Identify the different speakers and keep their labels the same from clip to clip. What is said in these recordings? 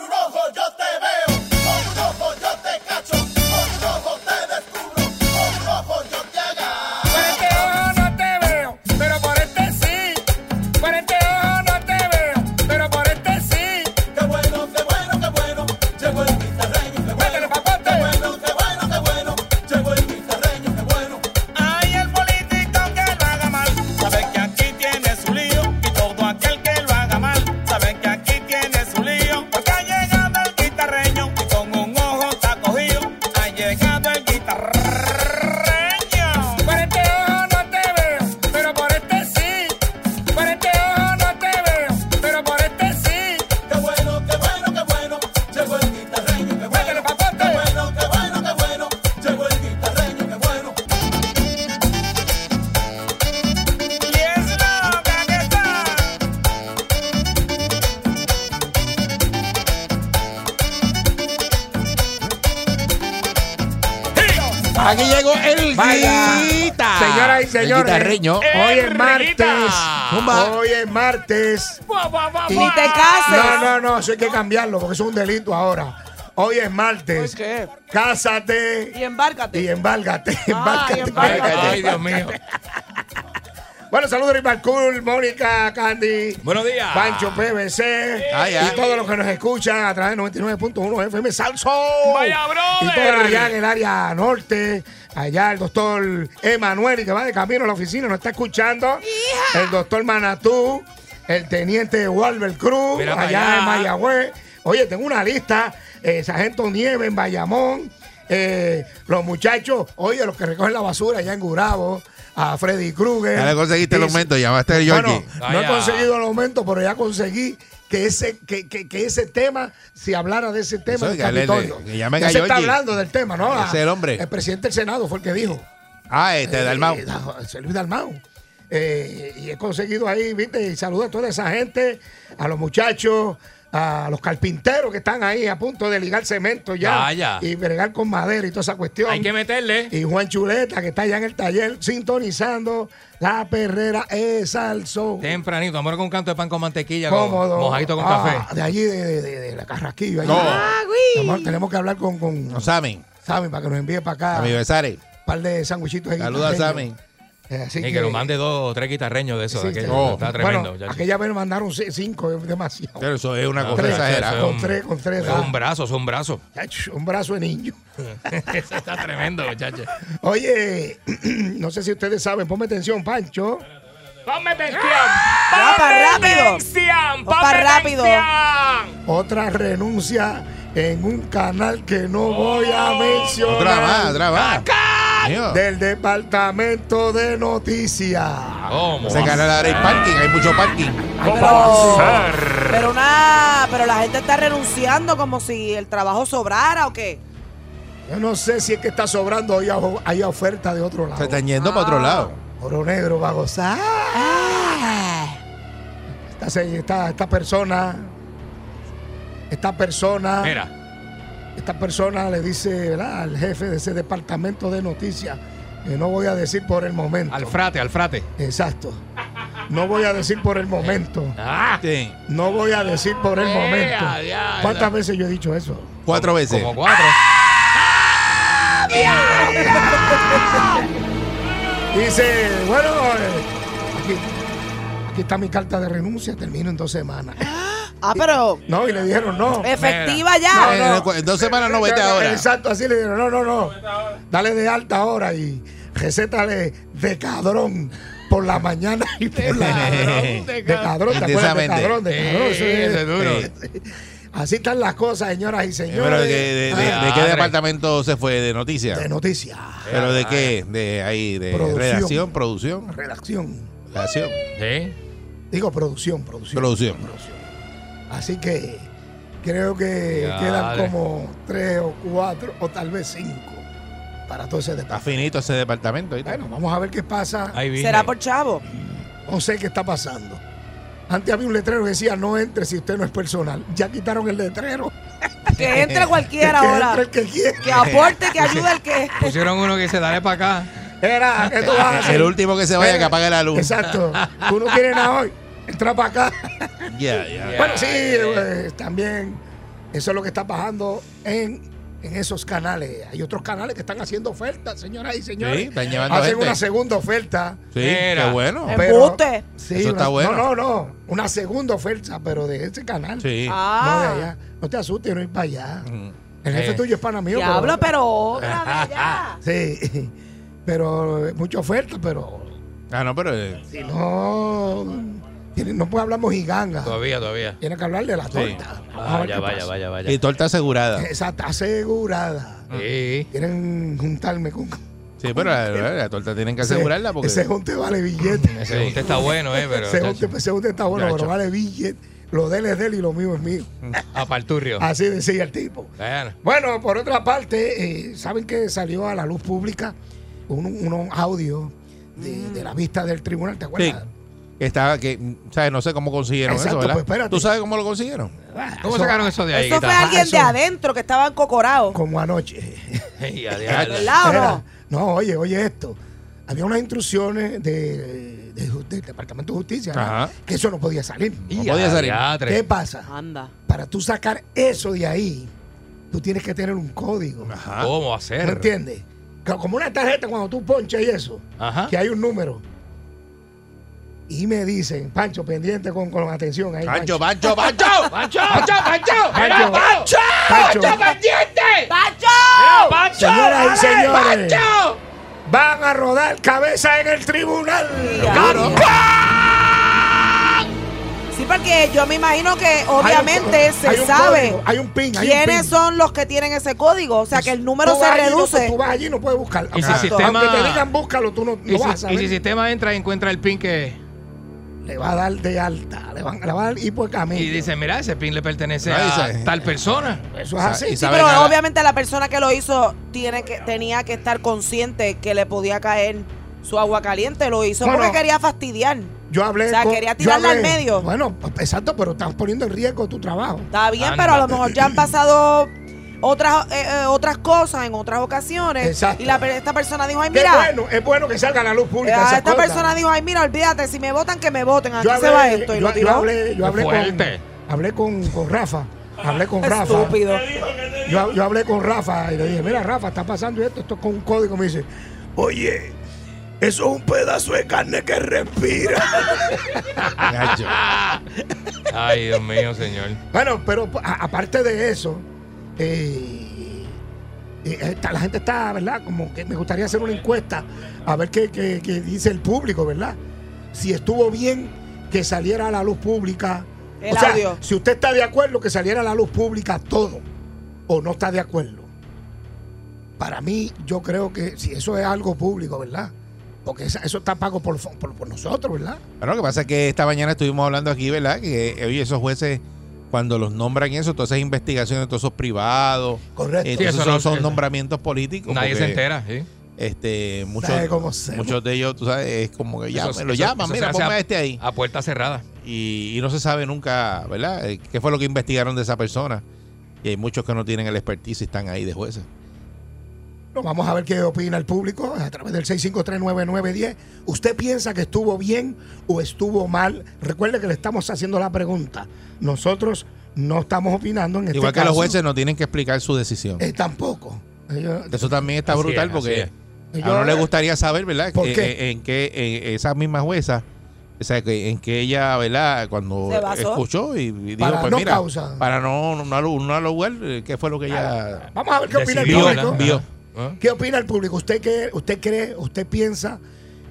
Speaker 1: un ojo yo te veo, con un ojo yo te cacho, con un ojo te descubro, con un ojo yo te agarro.
Speaker 2: Por este ojo no te veo, pero por este sí. Por este ojo no te veo, pero por este sí.
Speaker 1: Qué bueno, qué bueno, qué bueno, llegó el guitarreño, qué bueno,
Speaker 2: Métele, papote.
Speaker 1: qué bueno, qué bueno, qué bueno, llegó el guitarreño, qué bueno.
Speaker 2: Ay, el político que lo haga mal, sabe que aquí tiene su lío. Y todo aquel que lo haga mal, sabe que aquí tiene su lío. Porque ha llegado el guitarreño y con un ojo está cogido. Ha llegado el guitarreño. Por este ojo no te veo, pero por este sí. Por este ojo no te veo, pero por este sí.
Speaker 1: Qué bueno, qué bueno, qué bueno, llegó el guitarreño, qué bueno.
Speaker 2: Métele, papote.
Speaker 1: Qué bueno, qué bueno, qué bueno, llegó el guitarreño, qué bueno.
Speaker 2: Y es loca que está.
Speaker 3: Aquí llegó el
Speaker 4: Vaya.
Speaker 3: guita.
Speaker 4: Señoras y
Speaker 3: El
Speaker 4: señores,
Speaker 3: guitarreño.
Speaker 4: hoy es
Speaker 2: Enriquita.
Speaker 4: martes.
Speaker 3: Zumba.
Speaker 4: Hoy es martes.
Speaker 5: Ni te cases.
Speaker 4: No, no, no, eso hay que cambiarlo porque eso es un delito ahora. Hoy es martes.
Speaker 5: qué? Y
Speaker 4: Cásate
Speaker 5: embárcate.
Speaker 4: y embálgate.
Speaker 5: y
Speaker 4: embálgate.
Speaker 5: embálgate.
Speaker 4: embálgate.
Speaker 3: Ay, Dios mío.
Speaker 4: Bueno, saludos Ribalcool, Mónica, Candy.
Speaker 3: Buenos días.
Speaker 4: Pancho PBC
Speaker 3: Ay, ay.
Speaker 4: y todos los que nos escuchan a través de 99.1 FM Salso.
Speaker 2: Vaya,
Speaker 4: Y
Speaker 2: brother.
Speaker 4: todos allá en el área norte, allá el doctor Emanuel, y que va de camino a la oficina, nos está escuchando. El doctor Manatú, el teniente Walber Cruz,
Speaker 3: Mira para
Speaker 4: allá
Speaker 3: allá.
Speaker 4: en Mayagüez. Oye, tengo una lista, eh, Sargento Nieve en Bayamón, eh, los muchachos, oye, los que recogen la basura allá en Gurabo, a Freddy Krueger.
Speaker 6: Ya le conseguiste el
Speaker 4: Y-
Speaker 6: aumento, ya va a estar yo
Speaker 4: bueno,
Speaker 6: aquí.
Speaker 4: no he
Speaker 3: Vaya.
Speaker 4: conseguido el aumento, pero ya conseguí que ese, que, que, que ese tema, si hablara de ese tema,
Speaker 6: Eso,
Speaker 4: del
Speaker 6: que hable de-
Speaker 4: Capitolio.
Speaker 6: que llamen
Speaker 4: Ya
Speaker 6: a
Speaker 4: se está
Speaker 6: Georgie.
Speaker 4: hablando del tema, ¿no?
Speaker 6: Ese es el hombre.
Speaker 4: El presidente del Senado fue el que dijo.
Speaker 6: Ah, este,
Speaker 4: Eh,
Speaker 6: Dalmau.
Speaker 4: eh, José Luis Dalmau. Eh, y he conseguido ahí, viste, y saludo a toda esa gente, a los muchachos, a los carpinteros que están ahí a punto de ligar cemento ya
Speaker 3: Vaya.
Speaker 4: y bregar con madera y toda esa cuestión.
Speaker 3: Hay que meterle.
Speaker 4: Y Juan Chuleta, que está allá en el taller sintonizando la perrera es al sol.
Speaker 3: Tempranito, amor con un canto de pan con mantequilla,
Speaker 4: Cómodo.
Speaker 3: con mojadito con
Speaker 4: Ah,
Speaker 3: café.
Speaker 4: De allí, de, de- de- de la Carrasquillo. allí.
Speaker 6: No.
Speaker 4: Ah, güey. Amor, tenemos que hablar con, con
Speaker 6: No saben.
Speaker 4: Sammy para que nos envíe para acá
Speaker 6: A mi
Speaker 4: un
Speaker 6: Besare.
Speaker 4: par de sandwichitos. ahí
Speaker 6: Saluda a
Speaker 4: guitarreños.
Speaker 6: Sammy.
Speaker 4: Eh, así
Speaker 3: Y que nos mande dos o tres guitarreños de esos.
Speaker 4: Sí,
Speaker 3: de
Speaker 4: sí.
Speaker 3: aquellos.
Speaker 6: Oh.
Speaker 3: Está tremendo.
Speaker 4: Bueno,
Speaker 3: muchacho.
Speaker 4: aquella vez me mandaron c- cinco, es demasiado.
Speaker 6: Pero eso es una
Speaker 3: No,
Speaker 6: cosa
Speaker 3: tres,
Speaker 6: exagerada.
Speaker 3: eso es
Speaker 4: Con tres, con tres,
Speaker 3: eso
Speaker 4: ah.
Speaker 3: Es un brazo, son brazos.
Speaker 4: Ach, Un brazo de niño.
Speaker 3: Eso está tremendo, muchachos.
Speaker 4: Oye, no sé si ustedes saben, ponme atención, Pancho.
Speaker 2: Ponme atención.
Speaker 5: Ya, pa' rápido.
Speaker 2: atención,
Speaker 5: Pa'
Speaker 2: ponme
Speaker 5: rápido.
Speaker 2: atención.
Speaker 4: Otra renuncia en un canal que no voy a mencionar.
Speaker 6: Otra más, otra más. Mío.
Speaker 4: Del departamento de noticias.
Speaker 3: ¿Cómo?
Speaker 6: Ese canal ahora hay parking, hay mucho parking.
Speaker 5: Pero, pero una, pero la gente está renunciando como si el trabajo sobrara o qué.
Speaker 4: Yo no sé si es que está sobrando o hay, hay oferta de otro
Speaker 6: Se
Speaker 4: lado.
Speaker 6: están yendo para otro lado.
Speaker 4: Oro Negro va a gozar. Esta, se- esta- esta persona, esta persona,
Speaker 3: Mira,
Speaker 4: esta persona le dice ¿verdad? al jefe de ese departamento de noticias, que no voy a decir por el momento.
Speaker 3: al frate, al frate.
Speaker 4: Exacto. No voy a decir por el momento.
Speaker 3: Ah,
Speaker 6: Sí.
Speaker 4: No voy a decir por el momento.
Speaker 3: ya, ya.
Speaker 4: ¿Cuántas veces yo he dicho eso?
Speaker 6: Cuatro veces.
Speaker 3: como cuatro.
Speaker 4: Dice, bueno, eh, aquí, aquí está mi carta de renuncia, termino en dos semanas.
Speaker 5: Ah, pero
Speaker 4: No, y le dijeron no.
Speaker 5: efectiva
Speaker 6: No,
Speaker 5: ya.
Speaker 6: no, no, En dos semanas Eh, no vete ahora.
Speaker 4: Exacto, así le dijeron, no, no, no. Dale de alta ahora y recétale de cadrón por la mañana y por la
Speaker 6: cadrón,
Speaker 4: de cadrón, ¿te acuerdas de
Speaker 6: Intensamente. Eh,
Speaker 4: cadrón? De cadrón, eso es-
Speaker 3: ese es duro.
Speaker 4: Así están las cosas, señoras y
Speaker 6: Eh,
Speaker 4: señores.
Speaker 6: Pero de, de- de-
Speaker 4: Ah,
Speaker 6: ¿de qué
Speaker 3: madre.
Speaker 6: departamento se fue? ¿De noticias?
Speaker 4: de noticias,
Speaker 6: ¿Pero de qué? ¿De ahí? ¿De
Speaker 4: Producción.
Speaker 6: redacción? ¿Producción?
Speaker 4: redacción.
Speaker 6: ¿Redacción?
Speaker 3: Sí.
Speaker 4: Digo producción, producción.
Speaker 6: Producción.
Speaker 4: Así que creo que
Speaker 3: Ya,
Speaker 4: quedan
Speaker 3: dale.
Speaker 4: como tres o cuatro o tal vez cinco para todo ese
Speaker 6: Está
Speaker 4: departamento.
Speaker 6: finito ese departamento. ¿viste?
Speaker 4: Bueno, vamos a ver qué pasa.
Speaker 3: Ahí viene.
Speaker 5: Será por chavo.
Speaker 4: No sé qué está pasando. Antes había un letrero que decía no entre si usted no es personal. Ya quitaron el letrero.
Speaker 5: Que entre
Speaker 4: Que
Speaker 5: cualquiera
Speaker 4: entre
Speaker 5: ahora.
Speaker 4: el que quiera.
Speaker 5: Que aporte, que ayude al que.
Speaker 3: Pusieron uno que se dale para acá.
Speaker 4: Era, ¿qué tú vas a hacer?
Speaker 6: El último que se vaya que
Speaker 4: Era,
Speaker 6: apague la luz.
Speaker 4: Exacto. Tú no quieres nada hoy. Entra para acá.
Speaker 6: Ya, ya.
Speaker 4: Bueno, sí, eh, también eso es lo que está pasando en, en esos canales. Hay otros canales que están haciendo ofertas, señoras y señores.
Speaker 6: Sí, están llevando
Speaker 4: Hacen
Speaker 6: gente.
Speaker 4: una segunda oferta.
Speaker 6: Sí,
Speaker 3: Mira.
Speaker 6: qué bueno.
Speaker 5: Eh,
Speaker 4: pero-
Speaker 5: Embuste.
Speaker 4: Sí,
Speaker 6: Eso
Speaker 4: una-
Speaker 6: está bueno.
Speaker 4: No, no, no. Una segunda oferta, pero de ese canal.
Speaker 6: Sí. Mm.
Speaker 4: No de
Speaker 5: Ah.
Speaker 4: allá. No te asustes, no ir para allá. El
Speaker 3: Eh.
Speaker 4: jefe tuyo es pana mío. pero-
Speaker 5: Diablo, pero otra vez ya.
Speaker 4: Sí, pero eh, mucha oferta, pero
Speaker 6: Ah, no, pero. eh,
Speaker 4: si no. tiene- No podemos hablar mojiganga.
Speaker 3: Todavía, todavía.
Speaker 4: Tiene que hablar de la torta. Vamos a ver
Speaker 3: Vaya,
Speaker 4: qué
Speaker 3: Ah, vaya,
Speaker 4: pasa.
Speaker 3: vaya, vaya.
Speaker 6: Y torta asegurada.
Speaker 3: Eh,
Speaker 4: Esa está asegurada.
Speaker 3: Ah. Sí.
Speaker 4: Quieren juntarme con.
Speaker 6: Sí, pero la, la- la torta tienen que asegurarla porque.
Speaker 4: Ese junte vale billete.
Speaker 3: Ese junte está bueno, ¿eh? Pero.
Speaker 4: Ese
Speaker 3: chacho,
Speaker 4: junte, ese junte está bueno,
Speaker 6: Chacho.
Speaker 4: pero vale billete. Lo de él es de él y lo mío es mío.
Speaker 3: A Parturrio.
Speaker 4: Así decía el tipo.
Speaker 3: Bueno.
Speaker 4: Bueno, por otra parte, eh, ¿saben que salió a la luz pública un- unos audios de, de la vista del tribunal? ¿Te
Speaker 6: Sí.
Speaker 4: acuerdas?
Speaker 6: Que Estaba que, mm, ¿sabes? No sé cómo consiguieron
Speaker 4: Exacto,
Speaker 6: eso, ¿verdad?
Speaker 4: pues, espérate.
Speaker 6: ¿Tú sabes cómo lo consiguieron?
Speaker 3: ¿Cómo
Speaker 4: Ah, Eso-
Speaker 3: sacaron eso de ahí?
Speaker 5: Eso fue
Speaker 3: guitarra?
Speaker 5: alguien de
Speaker 4: eso.
Speaker 5: adentro que estaba encocorado.
Speaker 4: Como anoche.
Speaker 3: Ey, a diablo.
Speaker 5: ¿Verdad o
Speaker 4: Era-
Speaker 5: no?
Speaker 4: no, oye, oye esto. Había unas instrucciones de, de ju- del Departamento de Justicia ¿verdad?
Speaker 6: Ajá.
Speaker 4: que eso no podía salir.
Speaker 3: Y
Speaker 6: podía
Speaker 3: a
Speaker 6: salir.
Speaker 3: diatre.
Speaker 4: ¿Qué pasa?
Speaker 5: Anda.
Speaker 4: Para tú sacar eso de ahí, tú tienes que tener un código. ¿Me
Speaker 6: Ajá.
Speaker 3: ¿Cómo hacer?
Speaker 4: entiendes? Co- Como una tarjeta cuando tú ponches y eso,
Speaker 3: Ajá.
Speaker 4: que hay un número. Y me dicen, Pancho, pendiente con, con atención ahí.
Speaker 3: eh,
Speaker 6: ¡Pancho, Pancho, Pancho! ¡Pancho, Pancho, Pancho!
Speaker 4: Pancho, Pancho, Pancho.
Speaker 5: ¡Pacho!
Speaker 4: Señoras y señores, van a rodar cabeza en el tribunal.
Speaker 5: Diablo. Sí, porque yo me imagino que
Speaker 4: Hay
Speaker 5: obviamente
Speaker 4: un-
Speaker 5: se
Speaker 4: hay un
Speaker 5: sabe
Speaker 4: código, hay un pin, hay un
Speaker 5: quiénes
Speaker 4: pin.
Speaker 5: son los que tienen ese código. O sea, que el número
Speaker 4: Tú
Speaker 5: se
Speaker 4: vas allí, no-
Speaker 5: reduce.
Speaker 4: tú vas allí y no puedes buscar.
Speaker 3: Y si
Speaker 4: Aunque-
Speaker 3: sistema-
Speaker 4: Aunque te digan búscalo, tú no, no
Speaker 3: ¿Y,
Speaker 4: vas a
Speaker 3: si, y
Speaker 4: saber.
Speaker 3: si sistema entra y encuentra el pin que.
Speaker 4: Le va a dar de alta, le, van, le va a dar pues hipocamello.
Speaker 3: Y dice, mira, ese pin le pertenece
Speaker 6: No,
Speaker 3: a
Speaker 6: dice-
Speaker 3: tal persona.
Speaker 4: Eso es así.
Speaker 6: y
Speaker 5: Sí,
Speaker 6: saben
Speaker 5: pero
Speaker 6: a la-
Speaker 5: obviamente la persona que lo hizo tiene que, tenía que estar consciente que le podía caer su agua caliente. Lo hizo
Speaker 4: No,
Speaker 5: porque
Speaker 4: no.
Speaker 5: quería fastidiar.
Speaker 4: Yo hablé.
Speaker 5: O sea,
Speaker 4: con-
Speaker 5: quería
Speaker 4: yo
Speaker 5: tirarla al
Speaker 4: hablé-
Speaker 5: medio.
Speaker 4: Bueno, exacto, pero estás poniendo en riesgo tu trabajo.
Speaker 5: Está bien,
Speaker 3: Anda.
Speaker 5: pero a lo mejor ya han pasado otras eh, eh, otras cosas en otras ocasiones.
Speaker 4: Exacto.
Speaker 5: Y la, per- esta persona dijo, ay,
Speaker 4: Qué
Speaker 5: mira.
Speaker 4: bueno, es bueno que salga a la luz
Speaker 5: eh,
Speaker 4: pública.
Speaker 5: a
Speaker 4: esas
Speaker 5: esta
Speaker 4: cosas.
Speaker 5: persona dijo, ay, mira, olvídate, si me votan, que me voten. Aquí
Speaker 4: yo hablé,
Speaker 5: se va esto. Y
Speaker 4: yo,
Speaker 5: lo
Speaker 4: yo
Speaker 5: tiró.
Speaker 4: hablé, yo hablé con,
Speaker 3: Fuerte.
Speaker 4: hablé con, con Rafa. Hablé con Rafa.
Speaker 5: Estúpido.
Speaker 4: Yo, yo hablé con Rafa y le dije, mira Rafa, está pasando esto, esto es con un código. Me dice, oye, eso es un pedazo de carne que respira.
Speaker 3: eh,
Speaker 6: Gacho.
Speaker 3: Ay, Dios mío, señor.
Speaker 4: bueno, pero a- aparte de eso, eh, eh, está- la gente está, ¿verdad? Como que me gustaría hacer una encuesta a ver qué, qué- qué dice el público, ¿verdad? Si estuvo bien que saliera a la luz pública.
Speaker 5: El
Speaker 4: o sea,
Speaker 5: audio.
Speaker 4: si usted está de acuerdo que saliera a la luz pública todo o no está de acuerdo. Para mí, yo creo que si eso es algo público, ¿verdad? Porque esa- eso está pago por, por- por nosotros, ¿verdad?
Speaker 6: Bueno, lo que pasa es que esta mañana estuvimos hablando aquí, ¿verdad? Que eh, oye, esos jueces, cuando los nombran y eso, todas esas investigaciones, todos esos privados,
Speaker 4: Correcto.
Speaker 6: entonces
Speaker 3: Sí, eso
Speaker 6: son,
Speaker 3: no-
Speaker 6: son
Speaker 3: eh,
Speaker 6: nombramientos políticos.
Speaker 3: Nadie se
Speaker 6: porque,
Speaker 3: entera. ¿sí?
Speaker 6: Este, muchos,
Speaker 4: ¿Sabe cómo hacemos?
Speaker 6: muchos de ellos, tú sabes, es como que llaman,
Speaker 3: Eso-
Speaker 6: lo
Speaker 3: eso-
Speaker 6: llaman,
Speaker 3: eso
Speaker 6: mira,
Speaker 3: se hace
Speaker 6: ponme
Speaker 3: a-
Speaker 6: a este ahí.
Speaker 3: A puerta cerrada.
Speaker 6: y, y no se sabe nunca, ¿verdad? Eh, ¿Qué fue lo que investigaron de esa persona? Y hay muchos que no tienen el expertise y están ahí de jueces.
Speaker 4: Bueno, vamos a ver qué opina el público a través del 6539910. ¿Usted piensa que estuvo bien o estuvo mal? Recuerde que le estamos haciendo la pregunta. Nosotros no estamos opinando en este
Speaker 6: Igual que
Speaker 4: caso.
Speaker 6: los jueces no tienen que explicar su decisión.
Speaker 4: Eh, tampoco. Ellos-
Speaker 6: Eso también está
Speaker 3: Así
Speaker 6: brutal
Speaker 3: es,
Speaker 6: porque
Speaker 3: así
Speaker 4: es.
Speaker 6: a uno
Speaker 4: Yo-
Speaker 6: le gustaría saber, ¿verdad?
Speaker 4: ¿Por
Speaker 6: Eh,
Speaker 4: qué?
Speaker 6: eh, En qué eh, esa misma jueza, o sea, que, en que ella, ¿verdad? Cuando
Speaker 5: Se basó.
Speaker 6: escuchó y, y dijo,
Speaker 4: Para
Speaker 6: pues
Speaker 4: no
Speaker 6: mira,
Speaker 4: causa.
Speaker 6: para no, no, no, no alugar, eh, ¿qué fue lo que ella
Speaker 4: Vamos a ver qué opina el
Speaker 3: Decidió,
Speaker 4: público.
Speaker 3: ¿verdad?
Speaker 6: vio?
Speaker 3: ¿Ah?
Speaker 4: ¿Qué opina el público? ¿Usted qué, usted cree, usted piensa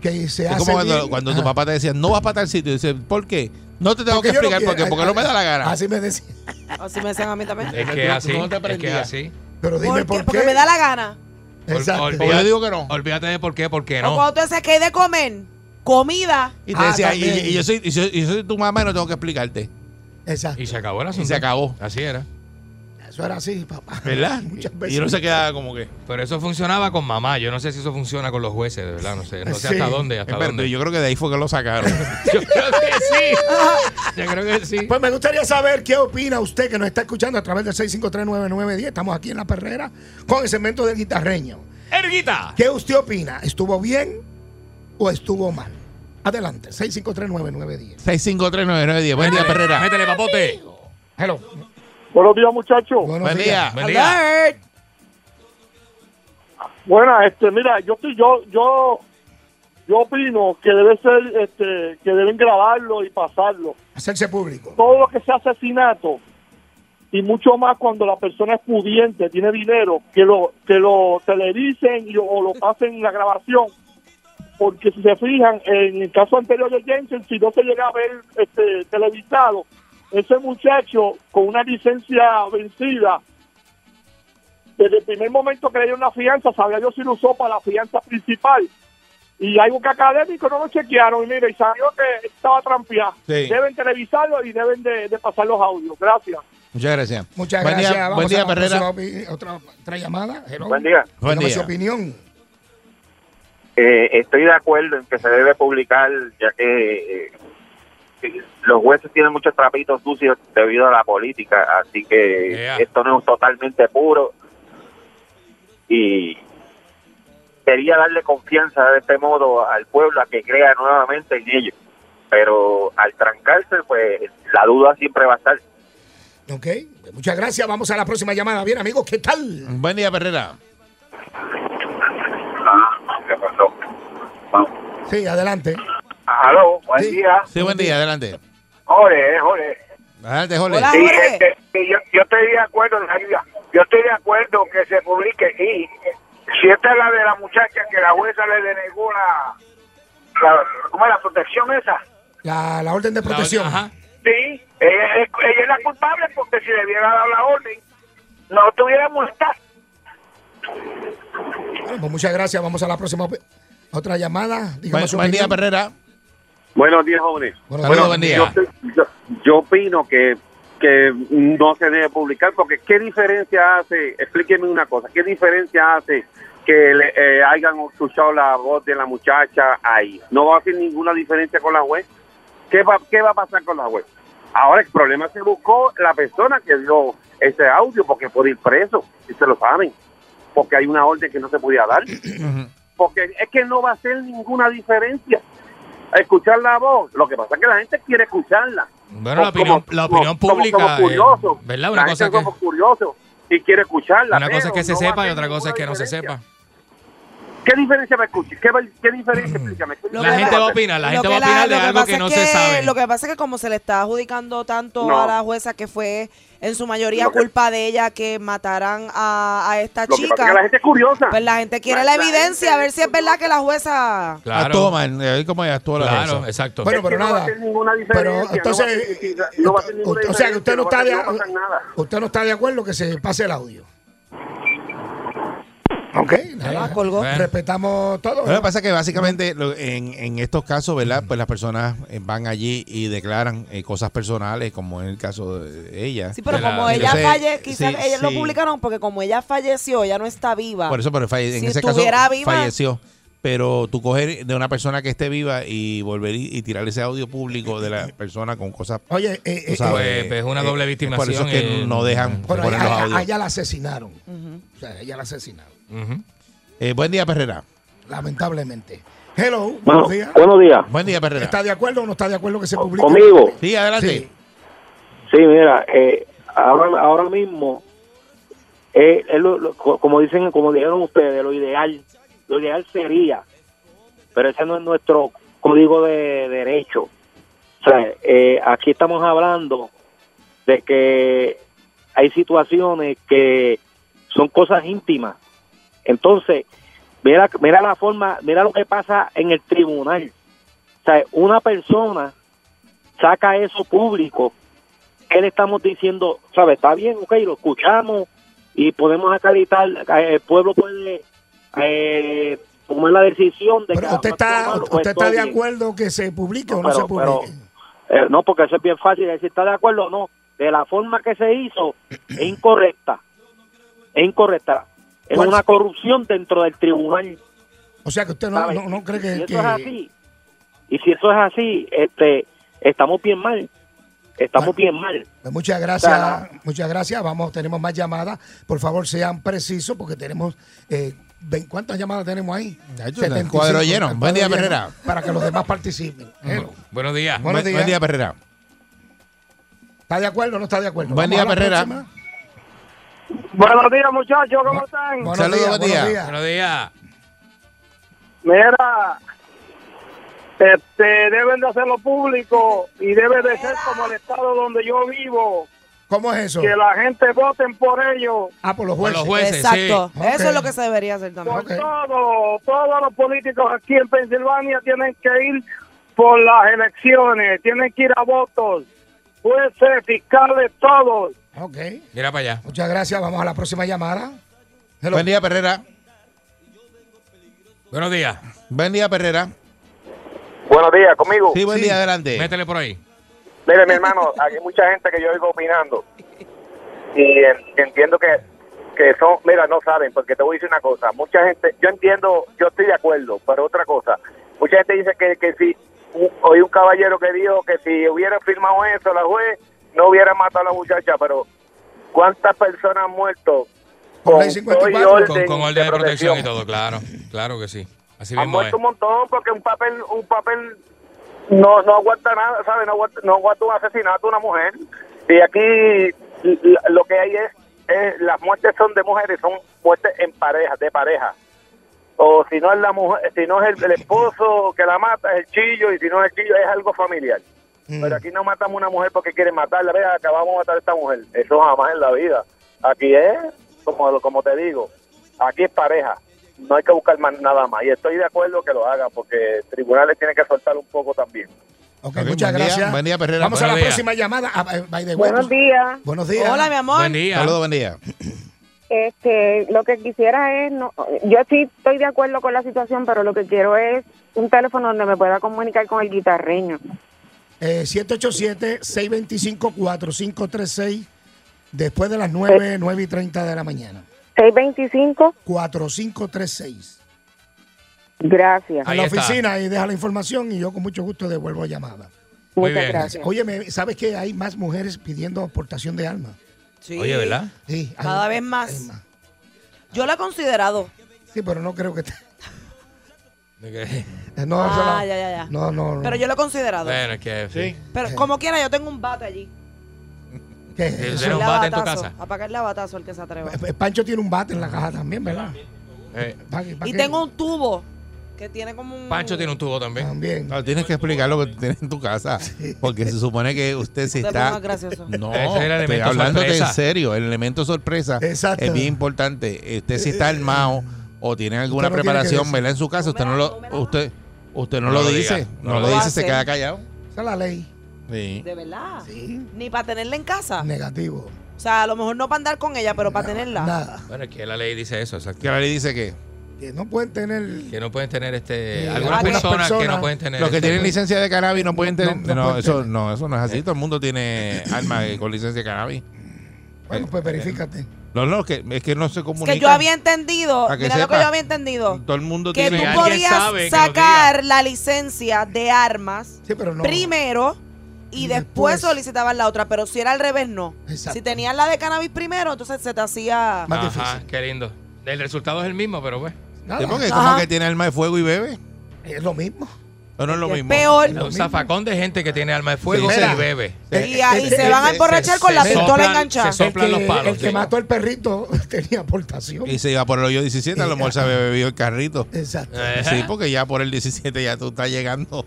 Speaker 4: que se
Speaker 6: Es
Speaker 4: hace
Speaker 6: como cuando,
Speaker 4: bien?
Speaker 6: cuando tu
Speaker 4: Ajá.
Speaker 6: papá te decía, no vas para tal sitio. Y dice, ¿por qué? No te tengo
Speaker 4: Porque
Speaker 6: que
Speaker 4: yo no
Speaker 6: explicar
Speaker 4: quiero-
Speaker 6: por qué, porque no me da la gana.
Speaker 4: Así me decía.
Speaker 5: Así me decían a mí también.
Speaker 3: Es que es así.
Speaker 6: no te
Speaker 3: es que es
Speaker 6: prendías.
Speaker 3: así.
Speaker 4: Pero Eh, dime
Speaker 5: ¿Por
Speaker 4: por
Speaker 5: qué?
Speaker 4: qué.
Speaker 5: Porque me da la gana.
Speaker 3: Ol-
Speaker 4: Exacto.
Speaker 3: olvídate-
Speaker 6: Yo digo que no.
Speaker 3: Olvídate de por qué, porque
Speaker 5: O
Speaker 3: no.
Speaker 5: cuando tú dices que hay de comer, comida.
Speaker 6: Y te
Speaker 4: Ah,
Speaker 6: decía, y,
Speaker 4: también.
Speaker 6: y yo soy, y soy- y soy tu mamá y no tengo que explicarte.
Speaker 4: Exacto.
Speaker 3: Y se acabó el asunto.
Speaker 6: Y se acabó.
Speaker 3: Así era.
Speaker 4: Eso era así, papá.
Speaker 6: ¿Verdad?
Speaker 4: Muchas
Speaker 6: Y
Speaker 4: veces.
Speaker 6: uno se queda como que.
Speaker 3: Pero eso funcionaba con mamá. Yo no sé si eso funciona con los jueces, de verdad. No sé, no sé
Speaker 4: Sí.
Speaker 3: hasta dónde. Hasta
Speaker 6: Espérate,
Speaker 3: dónde.
Speaker 6: yo creo que de ahí fue que lo sacaron.
Speaker 3: Yo creo que sí. Yo creo que sí.
Speaker 4: Pues me gustaría saber qué opina usted que nos está escuchando a través del 6539910. Estamos aquí en La Perrera con el segmento del guitarreño.
Speaker 3: Erguita.
Speaker 4: ¿Qué usted opina? ¿Estuvo bien o estuvo mal? Adelante, 6539910.
Speaker 6: 6539910. Buen día, Perrera.
Speaker 3: Métele, papote.
Speaker 4: Hello.
Speaker 7: Buenos días, muchachos.
Speaker 4: Buenos
Speaker 6: Buen día.
Speaker 3: Buen día.
Speaker 5: Alert.
Speaker 7: Buena, este, mira, yo estoy- yo yo yo opino que debe ser este que deben grabarlo y pasarlo.
Speaker 4: Hacerse público.
Speaker 7: Todo lo que sea asesinato y mucho más cuando la persona es pudiente, tiene dinero, que lo que lo televisen y, o lo pasen en la grabación. Porque si se fijan, en el caso anterior de Jensen, si no se llega a ver este, televisado, ese muchacho con una licencia vencida desde el primer momento que le dieron la fianza, sabía yo si lo usó para la fianza principal. Y hay un académico, no lo chequearon, y mire, y salió que estaba trampeado.
Speaker 6: Sí.
Speaker 7: Deben televisarlo y deben de, de pasar los audios. Gracias.
Speaker 6: Muchas gracias.
Speaker 4: Muchas
Speaker 6: Buen
Speaker 4: gracias.
Speaker 6: Día,
Speaker 4: Vamos
Speaker 6: buen
Speaker 4: a
Speaker 6: día,
Speaker 4: la próxima
Speaker 6: Perrera.
Speaker 4: opi- Otra, otra llamada. Hello.
Speaker 8: Buen día.
Speaker 6: Buen
Speaker 4: Dígame su
Speaker 6: día.
Speaker 4: opinión.
Speaker 8: Eh, estoy de acuerdo en que se debe publicar, ya que eh, eh, los jueces tienen muchos trapitos sucios debido a la política, así que
Speaker 3: Yeah.
Speaker 8: esto no es totalmente puro. Y quería darle confianza de este modo al pueblo a que crea nuevamente en ellos. Pero al trancarse, pues la duda siempre va a estar.
Speaker 4: Ok. Muchas gracias. Vamos a la próxima llamada. Bien, amigos, ¿qué tal?
Speaker 6: Buen día, Perrera.
Speaker 4: Sí, adelante.
Speaker 8: Aló, buen
Speaker 4: Sí.
Speaker 8: día.
Speaker 6: Sí, buen día. Adelante.
Speaker 8: Jorge, eh, Jorge.
Speaker 6: Adelante, Jole.
Speaker 5: Hola.
Speaker 8: Sí,
Speaker 5: Jorge.
Speaker 8: este, sí, yo, yo estoy de acuerdo, Nadia. Yo estoy de acuerdo que se publique. Y si esta es la de la muchacha que la jueza le denegó la, la ¿cómo es la protección esa?
Speaker 4: La, la orden de protección.
Speaker 3: Ajá.
Speaker 8: Sí, ella, es- ella es la culpable porque si le hubiera dado la orden, no tuviéramos esta.
Speaker 4: Bueno, pues muchas gracias. Vamos a la próxima opi- otra llamada. Dígame
Speaker 6: Buen,
Speaker 4: su
Speaker 6: buen día,
Speaker 4: opinión.
Speaker 6: Perrera.
Speaker 7: Buenos días, jóvenes.
Speaker 4: Buenos
Speaker 6: Saludos,
Speaker 4: días.
Speaker 6: buen día.
Speaker 7: yo, yo opino que, que no se debe publicar, porque ¿qué diferencia hace? Explíqueme una cosa, ¿qué diferencia hace que le, eh, hayan escuchado la voz de la muchacha ahí? No va a hacer ninguna diferencia con la juez. ¿Qué va, qué va a pasar con la juez? Ahora el problema se buscó la persona que dio ese audio, porque puede ir preso, si se lo saben, porque hay una orden que no se podía dar porque es que no va a hacer ninguna diferencia escuchar la voz. Lo que pasa es que la gente quiere escucharla.
Speaker 3: Bueno, la
Speaker 7: Como-
Speaker 3: opinión, la
Speaker 7: como-
Speaker 3: opinión
Speaker 7: como-
Speaker 3: pública.
Speaker 7: Como,
Speaker 3: eh,
Speaker 7: curioso.
Speaker 3: ¿Verdad? Una
Speaker 7: la
Speaker 3: cosa
Speaker 7: gente
Speaker 3: que,
Speaker 7: somos curiosos y quiere escucharla.
Speaker 3: una cosa es que se
Speaker 7: pero no va a
Speaker 3: sepa y
Speaker 7: hacer
Speaker 3: otra cosa es que no se
Speaker 7: ninguna
Speaker 3: sepa.
Speaker 7: diferencia. ¿Qué diferencia va a escuchar? ¿Qué, va- qué diferencia? Explícame. ¿Qué
Speaker 5: Lo
Speaker 3: La
Speaker 5: que
Speaker 3: gente
Speaker 5: pasa-
Speaker 3: va a opinar, la
Speaker 5: lo
Speaker 3: gente
Speaker 5: que
Speaker 3: va a opinar de
Speaker 5: lo que
Speaker 3: algo
Speaker 5: pasa
Speaker 3: que no
Speaker 5: es
Speaker 3: se sabe.
Speaker 5: Lo que pasa es que como se le está adjudicando tanto
Speaker 7: No.
Speaker 5: a la jueza que fue en su mayoría
Speaker 7: Lo que-
Speaker 5: culpa de ella que mataran a, a esta
Speaker 7: Lo que
Speaker 5: chica,
Speaker 7: pasa es que la gente es curiosa.
Speaker 5: pues la gente quiere
Speaker 7: La-
Speaker 5: la,
Speaker 7: la
Speaker 5: evidencia,
Speaker 7: gente-
Speaker 5: a ver si es verdad que la jueza...
Speaker 3: Claro.
Speaker 6: Actuó mal. eh, ¿Cómo ella actuó la
Speaker 3: Claro,
Speaker 6: jueza?
Speaker 3: exacto.
Speaker 4: Bueno, pero
Speaker 7: no va a
Speaker 4: nada.
Speaker 7: hacer ninguna diferencia,
Speaker 4: Pero
Speaker 7: no va a
Speaker 4: entonces, eh,
Speaker 7: hacer- no va a hacer ninguna
Speaker 4: o sea, que usted no
Speaker 7: diferencia,
Speaker 4: está de,
Speaker 7: no va a pasar nada.
Speaker 4: usted no está de acuerdo que se pase el audio. Ok, nada.
Speaker 5: Ah, colgó.
Speaker 3: Bueno.
Speaker 4: Respetamos todo.
Speaker 6: Bueno, pues, Lo que pasa es que básicamente lo- en, en estos casos, ¿verdad? Pues las personas eh, van allí y declaran eh, cosas personales, como en el caso de ella.
Speaker 5: Sí, pero
Speaker 3: De la-
Speaker 5: como ella
Speaker 6: Entonces,
Speaker 5: falle, quizás
Speaker 6: sí,
Speaker 5: ellos lo
Speaker 6: sí.
Speaker 5: publicaron porque como ella falleció, ya no está viva.
Speaker 6: Por eso, pero falle- en
Speaker 5: Si
Speaker 6: ese caso
Speaker 5: estuviera viva.
Speaker 6: falleció. Pero tú coger de una persona que esté viva y volver y, y tirar ese audio público de la persona con cosas.
Speaker 4: Oye, eh, eh,
Speaker 6: tú sabes,
Speaker 3: Pues- pues es una doble
Speaker 6: Por eso
Speaker 3: victimización,
Speaker 6: es que
Speaker 3: eh,
Speaker 6: no dejan
Speaker 4: eh, bueno,
Speaker 6: poner los
Speaker 4: a, a- a
Speaker 6: audios.
Speaker 4: ella la asesinaron. O sea, a ella la asesinaron.
Speaker 3: Ujú.
Speaker 6: Eh, buen día, Perrera.
Speaker 4: Lamentablemente. Hello,
Speaker 7: Bueno,
Speaker 4: buenos días.
Speaker 7: buenos días.
Speaker 6: Buen día, Perrera.
Speaker 4: ¿Está de acuerdo o no está de acuerdo que se publique?
Speaker 7: ¿Conmigo?
Speaker 6: Sí, adelante.
Speaker 4: Sí.
Speaker 7: Sí, mira, eh, ahora, ahora mismo, eh, es lo- lo- co- como dicen, como dijeron ustedes, lo ideal, lo ideal sería, pero ese no es nuestro código de derecho. O sea, eh, aquí estamos hablando de que hay situaciones que son cosas íntimas. Entonces, mira, mira la forma, mira lo que pasa en el tribunal. O sea, una persona saca eso público ¿qué le estamos diciendo? ¿Sabe? Está bien, ok, lo escuchamos y podemos acreditar, eh, el pueblo puede eh, tomar la decisión de
Speaker 4: Bueno,
Speaker 7: que-
Speaker 4: ¿Usted está,
Speaker 7: Pues,
Speaker 4: usted está
Speaker 7: todo
Speaker 4: de
Speaker 7: bien.
Speaker 4: acuerdo que se publique o no
Speaker 7: Pero-
Speaker 4: se publique?
Speaker 7: pero, eh, no, porque eso es bien fácil decir, ¿está de acuerdo o no? De la forma que se hizo, es incorrecta. Es incorrecta. Es
Speaker 4: ¿Cuál?
Speaker 7: una corrupción dentro del tribunal.
Speaker 4: O sea, que usted no,
Speaker 7: ¿sabes?
Speaker 4: no, no cree
Speaker 7: Y
Speaker 4: que...
Speaker 7: si
Speaker 4: que-
Speaker 7: eso es así, y si eso es así, este, estamos bien mal. Estamos bien mal.
Speaker 4: Pues Muchas gracias,
Speaker 7: Claro.
Speaker 4: muchas gracias. Vamos, tenemos más llamadas. Por favor, sean precisos porque tenemos eh, ven cuántas llamadas tenemos ahí.
Speaker 6: Ya, yo, cuadro lleno.
Speaker 4: el
Speaker 6: Buen día,
Speaker 4: cuadro
Speaker 6: Herrera.
Speaker 4: lleno, Para que los demás participen. Hello.
Speaker 3: Buenos días.
Speaker 4: Buenos
Speaker 6: buen,
Speaker 4: días.
Speaker 6: buen día, Perrera.
Speaker 4: ¿Está de acuerdo o no está de acuerdo? Vamos
Speaker 6: Buen día,
Speaker 4: a la
Speaker 6: Perrera.
Speaker 4: próxima.
Speaker 7: Buenos días, muchachos, ¿cómo están?
Speaker 4: Buenos
Speaker 6: Saludos,
Speaker 4: días,
Speaker 6: buen
Speaker 4: buenos
Speaker 6: día.
Speaker 4: días.
Speaker 3: Buenos días.
Speaker 7: Mira, este, deben de hacerlo público y debe de ser como el estado donde yo vivo,
Speaker 4: ¿Cómo es eso?
Speaker 7: que la gente voten por ellos,
Speaker 4: Ah, por los
Speaker 3: Por
Speaker 4: jueces.
Speaker 3: los
Speaker 5: Pues,
Speaker 3: jueces,
Speaker 5: Exacto.
Speaker 3: Pues, sí.
Speaker 4: sí.
Speaker 5: Eso
Speaker 4: Ok.
Speaker 5: es lo que se debería hacer también.
Speaker 7: por
Speaker 4: Ok.
Speaker 7: todo, todos los políticos aquí en Pensilvania tienen que ir por las elecciones, tienen que ir a votos, jueces, fiscales, todos.
Speaker 4: Ok.
Speaker 3: Mira para allá.
Speaker 4: Muchas gracias. Vamos a la próxima llamada. Hello.
Speaker 6: Buen día, Perrera.
Speaker 3: Buenos días.
Speaker 6: Buen día, Perrera.
Speaker 7: Buenos días, conmigo.
Speaker 6: Sí, buen día, adelante.
Speaker 3: Métele por ahí.
Speaker 7: Mire, mi hermano, hay mucha gente que yo oigo opinando y en- entiendo que, que son, mira, no saben, porque te voy a decir una cosa, mucha gente, yo entiendo, yo estoy de acuerdo, pero otra cosa, mucha gente dice que, que si, u- oí un caballero que dijo que si hubiera firmado eso la juez, no hubiera matado a la muchacha, pero ¿cuántas personas han muerto?
Speaker 4: Con ley
Speaker 7: todo y
Speaker 4: 54,
Speaker 3: Con, con orden de protección y todo, claro. Claro que sí. Así
Speaker 7: han
Speaker 3: mismo es.
Speaker 7: muerto un montón porque un papel un papel no no aguanta nada sabes no aguanta, no aguanta un asesinato de una mujer y aquí l- lo que hay es, es- las muertes son de mujeres son muertes en pareja de pareja o si no es la mujer si no es el, el esposo que la mata es el chillo y si no es el chillo es algo familiar
Speaker 4: Mm.
Speaker 7: pero aquí no matamos a una mujer porque quieren matarla vea acabamos de matar a esta mujer eso jamás en la vida aquí es como como te digo aquí es pareja no hay que buscar más, nada más. Y estoy de acuerdo que lo hagan, porque tribunales tienen que soltar un poco también.
Speaker 4: Ok,
Speaker 6: Ok,
Speaker 4: muchas
Speaker 6: buen día,
Speaker 4: gracias.
Speaker 6: buen día, Perrera.
Speaker 4: Vamos a la
Speaker 3: Buenos días.
Speaker 4: próxima llamada. Ah, by- by the way,
Speaker 9: Buenos
Speaker 4: tú-
Speaker 9: días.
Speaker 4: Buenos días.
Speaker 5: Hola, mi amor.
Speaker 3: Buen día.
Speaker 6: Saludos, buen día.
Speaker 9: Este, lo que quisiera es, no, yo sí estoy de acuerdo con la situación, pero lo que quiero es un teléfono donde me pueda comunicar con el guitarreño.
Speaker 4: Eh, 787-625-4536. Después de las
Speaker 5: Eh.
Speaker 4: 9, 9 y 30 de la mañana.
Speaker 9: 625,
Speaker 4: 4536.
Speaker 9: gracias.
Speaker 4: A
Speaker 3: Ahí
Speaker 4: la
Speaker 3: está.
Speaker 4: oficina y deja la información y yo con mucho gusto devuelvo llamada.
Speaker 3: Muy
Speaker 9: Muchas
Speaker 3: bien.
Speaker 9: gracias.
Speaker 4: Oye, me- ¿sabes que hay más mujeres pidiendo aportación de alma?
Speaker 5: Sí.
Speaker 3: Oye, ¿verdad?
Speaker 4: Sí, hay-
Speaker 5: Cada vez más.
Speaker 4: hay más.
Speaker 5: Yo lo he considerado.
Speaker 4: Sí, pero no creo que... te-
Speaker 3: Bueno,
Speaker 4: No,
Speaker 5: Ah,
Speaker 4: eso no-
Speaker 5: ya, ya, ya.
Speaker 4: No, no, no.
Speaker 5: Pero yo lo he considerado.
Speaker 3: es que sí.
Speaker 6: Sí.
Speaker 5: Pero como quiera, yo tengo un bate allí.
Speaker 4: ¿Qué?
Speaker 3: Sí,
Speaker 4: Eso-
Speaker 3: Tienes un
Speaker 5: Apagarle a
Speaker 3: bate en tu
Speaker 5: batazo,
Speaker 3: casa.
Speaker 5: Apagarle a batazo al que se atreva.
Speaker 4: Eh, Pancho tiene un bate en la caja también, ¿verdad?
Speaker 3: Eh,
Speaker 4: Pa' que- pa'
Speaker 5: Y
Speaker 4: que-
Speaker 5: tengo un tubo que tiene como un...
Speaker 3: Pancho tiene un tubo también.
Speaker 4: También.
Speaker 6: No, tienes que explicar lo que tienes en tu casa. Porque se supone que usted si
Speaker 5: Te
Speaker 6: está.
Speaker 5: pongas gracioso.
Speaker 6: No,
Speaker 3: Ese es el
Speaker 6: estoy
Speaker 3: elemento
Speaker 6: hablándote
Speaker 3: sorpresa.
Speaker 6: en serio. El elemento sorpresa
Speaker 4: Exacto. Eh,
Speaker 6: es bien importante. Usted si está armado o tiene
Speaker 4: Usted no tiene
Speaker 6: alguna
Speaker 4: que
Speaker 6: preparación,
Speaker 4: decir.
Speaker 6: ¿verdad? En su casa, usted no lo, usted, usted no,
Speaker 3: No
Speaker 6: lo
Speaker 3: lo
Speaker 6: dice.
Speaker 3: diga,
Speaker 6: No, lo dice, se
Speaker 5: hace.
Speaker 6: queda callado.
Speaker 4: Esa es la ley.
Speaker 6: Sí.
Speaker 5: De verdad.
Speaker 4: Sí.
Speaker 5: Ni para tenerla en casa.
Speaker 4: Negativo.
Speaker 5: O sea, a lo mejor no para andar con ella, pero para tenerla.
Speaker 4: Nada.
Speaker 3: Bueno, es que la ley dice eso, exacto.
Speaker 6: Que ahora le dice que
Speaker 4: Que no pueden tener...
Speaker 3: Que no pueden tener este.
Speaker 4: Sí,
Speaker 3: Algunas
Speaker 5: algunas
Speaker 3: personas que
Speaker 4: personas,
Speaker 3: no pueden tener.
Speaker 6: los que
Speaker 3: este-
Speaker 6: tienen licencia de cannabis no pueden tener. Eh.
Speaker 4: no,
Speaker 6: No,
Speaker 4: no pueden
Speaker 6: eso,
Speaker 4: tener.
Speaker 6: no, eso no es así. Todo el mundo tiene arma con licencia de cannabis.
Speaker 4: Bueno, pues verifícate.
Speaker 6: No, no, que, es que no se
Speaker 5: Es
Speaker 6: comunica.
Speaker 5: que yo había entendido,
Speaker 6: Para que
Speaker 5: mira lo que
Speaker 6: sepa.
Speaker 5: yo había entendido,
Speaker 6: Todo el mundo
Speaker 5: que
Speaker 6: tiene.
Speaker 5: tú
Speaker 3: alguien sabe, que
Speaker 5: podías
Speaker 3: lo
Speaker 5: sacar la licencia de armas
Speaker 4: Sí, pero no.
Speaker 5: primero y
Speaker 4: Y
Speaker 5: después
Speaker 4: después.
Speaker 5: solicitaban la otra, pero si era al revés, no.
Speaker 4: Exacto.
Speaker 5: Si tenías la de cannabis primero, entonces se te hacía...
Speaker 4: más
Speaker 3: Ajá,
Speaker 4: difícil.
Speaker 3: qué lindo. El resultado es el mismo, pero bueno.
Speaker 4: Nada.
Speaker 6: Sí, porque es
Speaker 5: Ajá.
Speaker 6: como que tiene arma de fuego y bebe.
Speaker 4: Es lo mismo.
Speaker 6: No, no es lo
Speaker 5: que es
Speaker 6: mismo.
Speaker 5: peor.
Speaker 3: Un zafacón de gente que tiene alma de fuego
Speaker 6: Sí,
Speaker 3: y
Speaker 4: mira.
Speaker 3: bebe.
Speaker 5: Y ahí
Speaker 4: eh,
Speaker 5: se van a
Speaker 4: eh,
Speaker 5: emborrachar con
Speaker 3: se-
Speaker 5: la
Speaker 3: se
Speaker 5: pistola
Speaker 3: soplan-
Speaker 5: enganchada.
Speaker 3: se Soplan
Speaker 4: el que,
Speaker 3: los palos,
Speaker 4: el que
Speaker 3: sí.
Speaker 4: mató al perrito tenía aportación.
Speaker 6: Y se iba por el hoyo 17, a lo mejor se había bebido el carrito.
Speaker 4: Exacto.
Speaker 3: Eh,
Speaker 6: Sí, porque ya por el 17 ya tú estás llegando.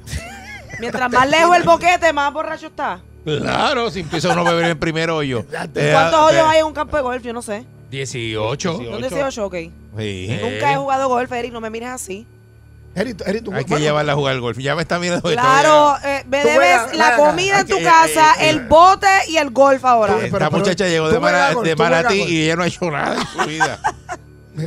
Speaker 5: Mientras más lejos el boquete, más borracho está.
Speaker 6: Claro, si empieza uno a beber en el primer hoyo.
Speaker 4: Exacto.
Speaker 6: Eh,
Speaker 5: ¿Cuántos
Speaker 6: eh,
Speaker 5: hoyos hay en un campo de golf? Yo no sé.
Speaker 3: 18.
Speaker 5: ¿Dónde se ocho? Ok.
Speaker 6: Sí.
Speaker 3: Eh.
Speaker 5: Nunca he jugado golf, Eric, no me mires así.
Speaker 4: Eric, Eric, tú-
Speaker 6: Hay que
Speaker 4: bueno,
Speaker 6: llevarla a jugar al golf. Ya me está mirando. esto,
Speaker 5: Claro, eh, me
Speaker 4: Tú
Speaker 5: debes
Speaker 4: juegas-
Speaker 5: la
Speaker 4: juegas-
Speaker 5: comida en
Speaker 4: hay
Speaker 5: tu
Speaker 4: que-
Speaker 5: casa,
Speaker 4: eh, eh,
Speaker 5: el bote y el golf ahora.
Speaker 6: ya.
Speaker 4: Pero-
Speaker 6: Esta
Speaker 4: pero-
Speaker 6: muchacha llegó de,
Speaker 4: tú juegas
Speaker 6: Mara-
Speaker 4: golf,
Speaker 6: de
Speaker 4: tú juegas
Speaker 6: Maratí
Speaker 4: golf.
Speaker 6: y ella no ha hecho nada en su vida.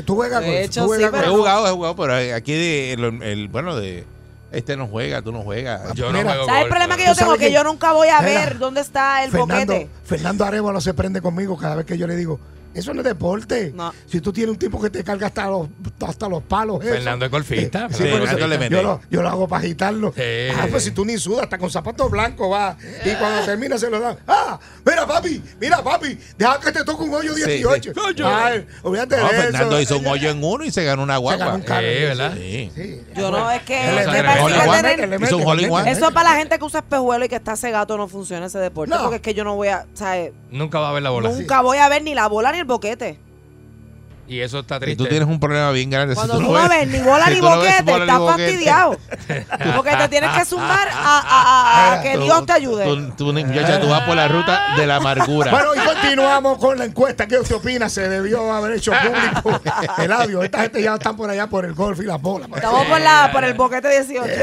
Speaker 4: Tú juegas
Speaker 5: De
Speaker 4: golf,
Speaker 5: hecho,
Speaker 4: tú juegas
Speaker 5: sí,
Speaker 6: he
Speaker 4: golf.
Speaker 5: pero-
Speaker 6: jugado, he jugado, pero aquí de- el, el- bueno, de este no juega, tú no juegas.
Speaker 3: Yo no
Speaker 4: Mira,
Speaker 3: juego
Speaker 5: ¿Sabes el
Speaker 3: golf,
Speaker 5: problema
Speaker 3: pero-
Speaker 5: que yo
Speaker 4: ¿Tú sabes
Speaker 5: tengo? Que
Speaker 4: que-
Speaker 5: yo nunca voy a
Speaker 4: Mira,
Speaker 5: ver dónde está el
Speaker 4: Fernando,
Speaker 5: boquete.
Speaker 4: Fernando Arevalo se prende conmigo cada vez que yo le digo, Eso no es deporte. Si tú tienes un tipo que te carga hasta los, hasta los palos. eso.
Speaker 3: Fernando es golfista,
Speaker 4: Eh, sí,
Speaker 3: Fernando
Speaker 4: pero
Speaker 3: es golfista.
Speaker 4: yo-
Speaker 3: le mete.
Speaker 4: yo, lo, yo lo hago para agitarlo.
Speaker 3: Sí.
Speaker 4: Ah, pues si tú ni sudas, hasta con zapatos blancos va. Y cuando termina se lo dan. ¡Ah! Mira, papi, mira, papi, deja que te toque un hoyo
Speaker 6: Sí,
Speaker 4: 18.
Speaker 6: sí. Coño.
Speaker 4: Ay, olvídate
Speaker 6: No,
Speaker 4: de
Speaker 6: Fernando
Speaker 4: eso.
Speaker 6: hizo un hoyo en uno y se ganó una guagua. Eh,
Speaker 4: ganó un carro.
Speaker 6: Sí,
Speaker 3: ¿verdad?
Speaker 6: Sí.
Speaker 5: Yo no, es que.
Speaker 6: Él le
Speaker 5: me
Speaker 6: mete,
Speaker 5: parece
Speaker 6: hole in
Speaker 5: que
Speaker 6: one.
Speaker 5: tener-
Speaker 6: Le mete, Hizo un le hole in mete, one.
Speaker 5: Eso es para la gente que usa espejuelo y que está cegato, no funciona ese deporte.
Speaker 4: No.
Speaker 5: Porque es que yo no voy a. O sea,
Speaker 3: Nunca va a ver la bola.
Speaker 5: nunca voy a ver ni la bola ni el boquete.
Speaker 3: Y eso está
Speaker 6: Y
Speaker 3: triste.
Speaker 6: tú tienes un problema bien grande. si
Speaker 5: Cuando
Speaker 6: tú
Speaker 5: tú
Speaker 6: no
Speaker 5: no
Speaker 6: ves-
Speaker 5: ves ni bola
Speaker 6: si
Speaker 5: ni
Speaker 6: tú no ves
Speaker 5: boquete,
Speaker 6: bola ni
Speaker 5: estás
Speaker 6: boquete.
Speaker 5: fastidiado. Porque te tienes que sumar a, a- a- a que
Speaker 6: Tú-
Speaker 5: Dios te ayude.
Speaker 6: Tú, tú, muchacha, tú vas por la ruta de la amargura.
Speaker 4: Bueno, y continuamos con la encuesta. ¿Qué usted opina? Se debió haber hecho público el audio. Esta gente ya están por allá por el golf y las bolas.
Speaker 5: Estamos por, la, por el boquete 18.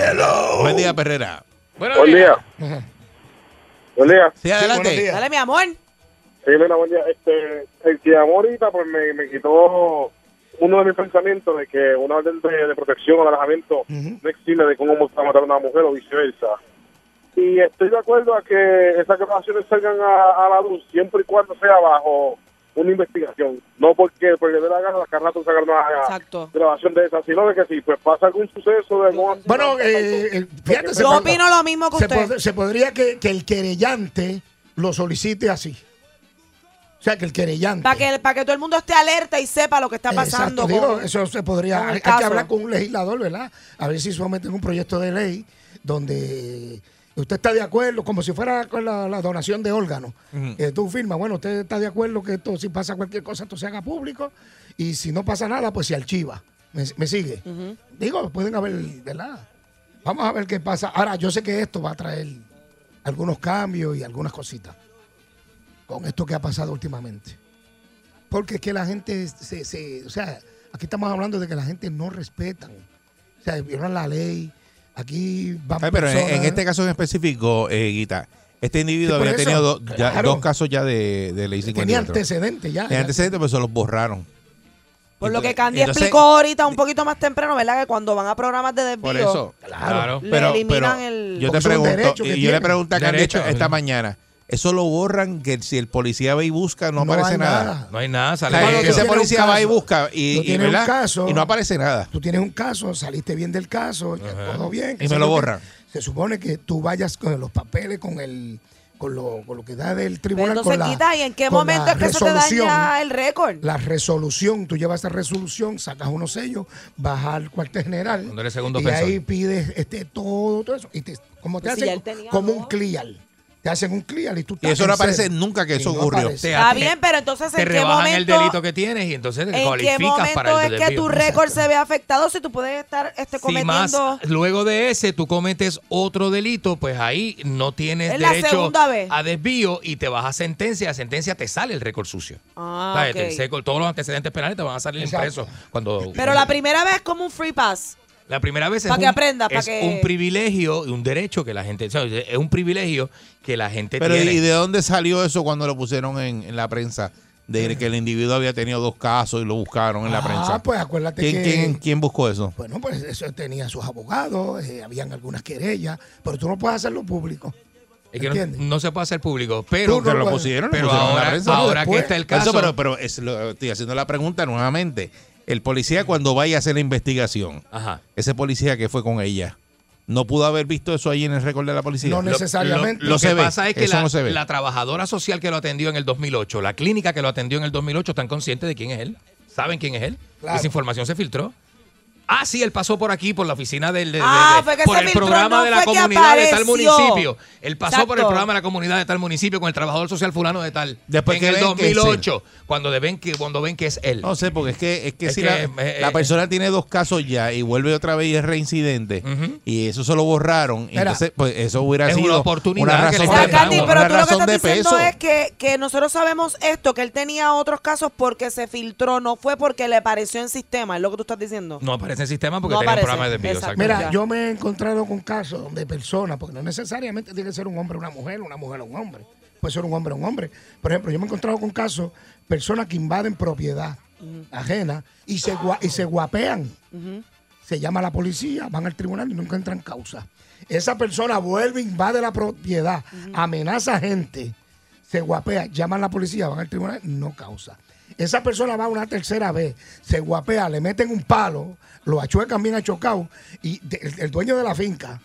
Speaker 6: Buen día, Perrera.
Speaker 7: Buen día. Buen día.
Speaker 6: Sí, adelante.
Speaker 4: buenos días.
Speaker 5: Dale, mi amor.
Speaker 7: Sí, mira, buen día. Este, el que llamó ahorita, pues me, me quitó uno de mis pensamientos de que una orden de, de protección o de alejamiento no exime de cómo matar a una mujer o viceversa. Y estoy de acuerdo a que esas grabaciones salgan a, a la luz siempre y cuando sea bajo una investigación. No porque, porque de la gana las carnatas sacar una
Speaker 5: Exacto.
Speaker 7: grabación de esas, sino de que si pues pasa algún suceso de algún accidente,
Speaker 4: Bueno, eh, eh, fíjate, se
Speaker 5: Yo
Speaker 4: pod-
Speaker 5: opino lo mismo que
Speaker 4: se,
Speaker 5: usted.
Speaker 4: pod- se podría que, que el querellante lo solicite así. O sea, que el querellante.
Speaker 5: Para que, para que todo el mundo esté alerta y sepa lo que está pasando.
Speaker 4: Eh, Exacto, digo,
Speaker 5: con-
Speaker 4: eso se podría.
Speaker 5: con el
Speaker 4: Hay, hay que
Speaker 5: caso.
Speaker 4: hablar con un legislador, ¿verdad? A ver si someten un proyecto de ley donde usted está de acuerdo, como si fuera con la, la donación de órganos. Eh, tú firmas, bueno, usted está de acuerdo que esto, si pasa cualquier cosa, esto se haga público. Y si no pasa nada, pues se archiva. ¿Me, me sigue? Digo, pueden haber, ¿verdad? Vamos a ver qué pasa. Ahora, yo sé que esto va a traer algunos cambios y algunas cositas con esto que ha pasado últimamente. Porque es que la gente, se, se- o sea, aquí estamos hablando de que la gente no respetan. O sea, violan la ley. Aquí van
Speaker 6: Ay, pero en, en
Speaker 4: personas-
Speaker 6: este caso en específico, eh, Guita, este individuo
Speaker 4: Sí, por
Speaker 6: había
Speaker 4: eso,
Speaker 6: tenido do- ya
Speaker 4: claro.
Speaker 6: dos casos ya de, de ley
Speaker 4: Tenía
Speaker 6: 54.
Speaker 4: antecedentes ya.
Speaker 6: Tenía antecedentes, pero se los borraron.
Speaker 5: Por lo que
Speaker 6: Entonces-
Speaker 5: Candy
Speaker 6: entonces-
Speaker 5: explicó ahorita un poquito más temprano, ¿verdad? Que cuando van a programas de desvío.
Speaker 6: Por eso.
Speaker 3: Claro.
Speaker 5: Le
Speaker 6: Pero,
Speaker 5: eliminan
Speaker 6: pero
Speaker 5: el-
Speaker 6: yo
Speaker 4: Porque
Speaker 6: te
Speaker 4: es un
Speaker 6: pregunto,
Speaker 4: derecho que
Speaker 6: y yo le
Speaker 4: tienen.
Speaker 6: pregunto a Candy
Speaker 3: Derecho.
Speaker 6: esta, esta mañana, ¿eso lo borran que si el policía va y busca no,
Speaker 4: No
Speaker 6: aparece
Speaker 4: hay
Speaker 6: nada?
Speaker 4: nada.
Speaker 3: No hay nada,
Speaker 6: O
Speaker 3: sale
Speaker 6: sea,
Speaker 4: Claro,
Speaker 3: limpio.
Speaker 4: tú
Speaker 6: ese
Speaker 4: tienes
Speaker 6: policía
Speaker 4: un
Speaker 6: va y
Speaker 4: caso.
Speaker 6: busca y,
Speaker 4: Tú
Speaker 6: y,
Speaker 4: tienes un
Speaker 6: ¿verdad?
Speaker 4: caso.
Speaker 6: y no aparece nada.
Speaker 4: Tú tienes un caso, saliste bien del caso, ya todo bien.
Speaker 6: Y me lo borran.
Speaker 4: Se supone que tú vayas con los papeles, con el con lo, con lo que da del
Speaker 5: Pero
Speaker 4: tribunal.
Speaker 5: entonces,
Speaker 4: Pues, con la-
Speaker 5: quita, ¿y en qué
Speaker 4: con la
Speaker 5: momento es que eso te
Speaker 4: resolución.
Speaker 5: daña el récord?
Speaker 4: la resolución, tú llevas la resolución, sacas unos sellos, vas al cuartel general
Speaker 3: Cuando eres segundo
Speaker 4: y
Speaker 3: ofensor.
Speaker 4: ahí pides este todo, todo eso y te, como te
Speaker 5: Pues si ya
Speaker 4: hacen
Speaker 5: él tenía
Speaker 4: como
Speaker 5: dos.
Speaker 4: un clear, te hacen un clear y tú
Speaker 6: Y eso
Speaker 4: estás
Speaker 6: no
Speaker 4: en
Speaker 6: aparece
Speaker 4: cero.
Speaker 6: nunca que
Speaker 4: Y
Speaker 6: eso
Speaker 4: no
Speaker 6: ocurrió.
Speaker 4: aparece.
Speaker 3: Te-
Speaker 5: Está
Speaker 3: te-
Speaker 5: bien, pero entonces,
Speaker 3: Te
Speaker 5: ¿en qué
Speaker 3: rebajan
Speaker 5: momento,
Speaker 3: el delito que tienes y entonces te
Speaker 5: ¿en qué
Speaker 3: cualificas
Speaker 5: momento
Speaker 3: para el
Speaker 5: es que
Speaker 3: desvío.
Speaker 5: tu récord se ve afectado si tú puedes estar este,
Speaker 3: Si más,
Speaker 5: cometiendo...
Speaker 3: luego de ese tú cometes otro delito, pues ahí no tienes
Speaker 5: Es la
Speaker 3: derecho
Speaker 5: segunda vez.
Speaker 3: a desvío y te vas a sentencia. A sentencia te sale el récord sucio.
Speaker 5: Ah,
Speaker 3: ¿Sabes?
Speaker 5: ok.
Speaker 3: Te- se- todos los antecedentes penales te van a salir
Speaker 4: Exacto.
Speaker 3: impresos. Cuando,
Speaker 5: Pero la primera vez es como un free pass.
Speaker 3: la primera vez es,
Speaker 5: Pa' que
Speaker 3: un,
Speaker 5: aprenda, pa'
Speaker 3: es
Speaker 5: que-
Speaker 3: un privilegio y un derecho que la gente... o sea, es un privilegio que la gente
Speaker 6: Pero
Speaker 3: tiene.
Speaker 6: ¿y de dónde salió eso cuando lo pusieron en, en la prensa? De que el individuo había tenido dos casos y lo buscaron en la
Speaker 4: Ah,
Speaker 6: prensa.
Speaker 4: pues acuérdate que-
Speaker 6: ¿Quién, quién, quién buscó eso?
Speaker 4: Bueno, pues eso tenía sus abogados, eh, habían algunas querellas, pero tú no puedes hacerlo público.
Speaker 3: Es que no,
Speaker 4: ¿Entiendes?
Speaker 3: no se puede hacer público, pero...
Speaker 4: Tú no
Speaker 6: Pero lo
Speaker 4: puedes.
Speaker 6: pusieron, lo
Speaker 3: Pero
Speaker 6: pusieron en la
Speaker 3: ahora,
Speaker 6: prensa.
Speaker 3: ahora que
Speaker 4: Después,
Speaker 3: está el
Speaker 6: Por
Speaker 3: caso...
Speaker 6: eso, pero, pero es lo- estoy haciendo la pregunta nuevamente. El policía cuando vaya a hacer la investigación,
Speaker 3: Ajá.
Speaker 6: ese policía que fue con ella, no pudo haber visto eso ahí en el récord de la policía.
Speaker 4: No
Speaker 6: Lo-
Speaker 4: necesariamente.
Speaker 3: Lo,
Speaker 6: No
Speaker 3: que
Speaker 6: se ve,
Speaker 3: pasa es que
Speaker 6: eso
Speaker 3: la,
Speaker 6: no se ve.
Speaker 3: la trabajadora social que lo atendió en el 2008, la clínica que lo atendió en el 2008, están conscientes de quién es él. ¿Saben quién es él?
Speaker 4: Claro.
Speaker 3: Esa información se filtró. Ah, sí, él pasó por aquí, por la oficina del. de- de-
Speaker 5: Ah,
Speaker 3: de-
Speaker 5: fue que
Speaker 3: por
Speaker 5: se
Speaker 3: el
Speaker 5: filtró,
Speaker 3: programa
Speaker 5: no
Speaker 3: de
Speaker 5: fue
Speaker 3: la
Speaker 5: que
Speaker 3: comunidad de tal
Speaker 5: apareció.
Speaker 3: municipio. Él pasó por el
Speaker 5: Exacto.
Speaker 3: programa de la comunidad de tal municipio con el trabajador social fulano de tal.
Speaker 6: Después
Speaker 3: en
Speaker 6: que
Speaker 3: el
Speaker 6: ven que es él.
Speaker 3: 2008, cuando, de ven que, cuando ven que es él.
Speaker 6: No sé, porque es que, es que
Speaker 3: Es
Speaker 6: si
Speaker 3: que,
Speaker 6: la,
Speaker 3: eh, eh,
Speaker 6: la persona tiene dos casos ya y vuelve otra vez y es reincidente y eso se lo borraron,
Speaker 4: Mira,
Speaker 6: entonces pues eso hubiera
Speaker 3: es una
Speaker 6: sido
Speaker 3: oportunidad
Speaker 6: una
Speaker 3: que le
Speaker 6: razón,
Speaker 5: O
Speaker 6: de-
Speaker 3: están
Speaker 5: sea,
Speaker 3: Exacto.
Speaker 5: Candy,
Speaker 3: dando.
Speaker 6: una
Speaker 5: pero tú lo que
Speaker 6: razón
Speaker 5: estás
Speaker 6: de
Speaker 5: diciendo
Speaker 6: peso.
Speaker 5: es que, que nosotros sabemos esto, que él tenía otros casos porque se filtró, no fue porque le pareció en sistema, es lo que tú estás diciendo.
Speaker 3: No aparece en el sistema porque
Speaker 5: No
Speaker 3: tenía
Speaker 5: aparece,
Speaker 3: un programa de desvío. exacto.
Speaker 5: exacto.
Speaker 4: Mira,
Speaker 5: Ya.
Speaker 4: yo me he encontrado con casos donde personas, porque no necesariamente tiene que ser un hombre o una mujer, una mujer o un hombre, puede ser un hombre o un hombre. Por ejemplo, yo me he encontrado con casos, personas que invaden propiedad ajena y se, gua- y se guapean. Se llama a la policía, van al tribunal y no encuentran causa. Esa persona vuelve, invade la propiedad, amenaza gente, se guapea, llaman a la policía, van al tribunal, no causa. Esa persona va una tercera vez, se guapea, le meten un palo, lo achuecan bien achocado, y de- el, el dueño de la finca.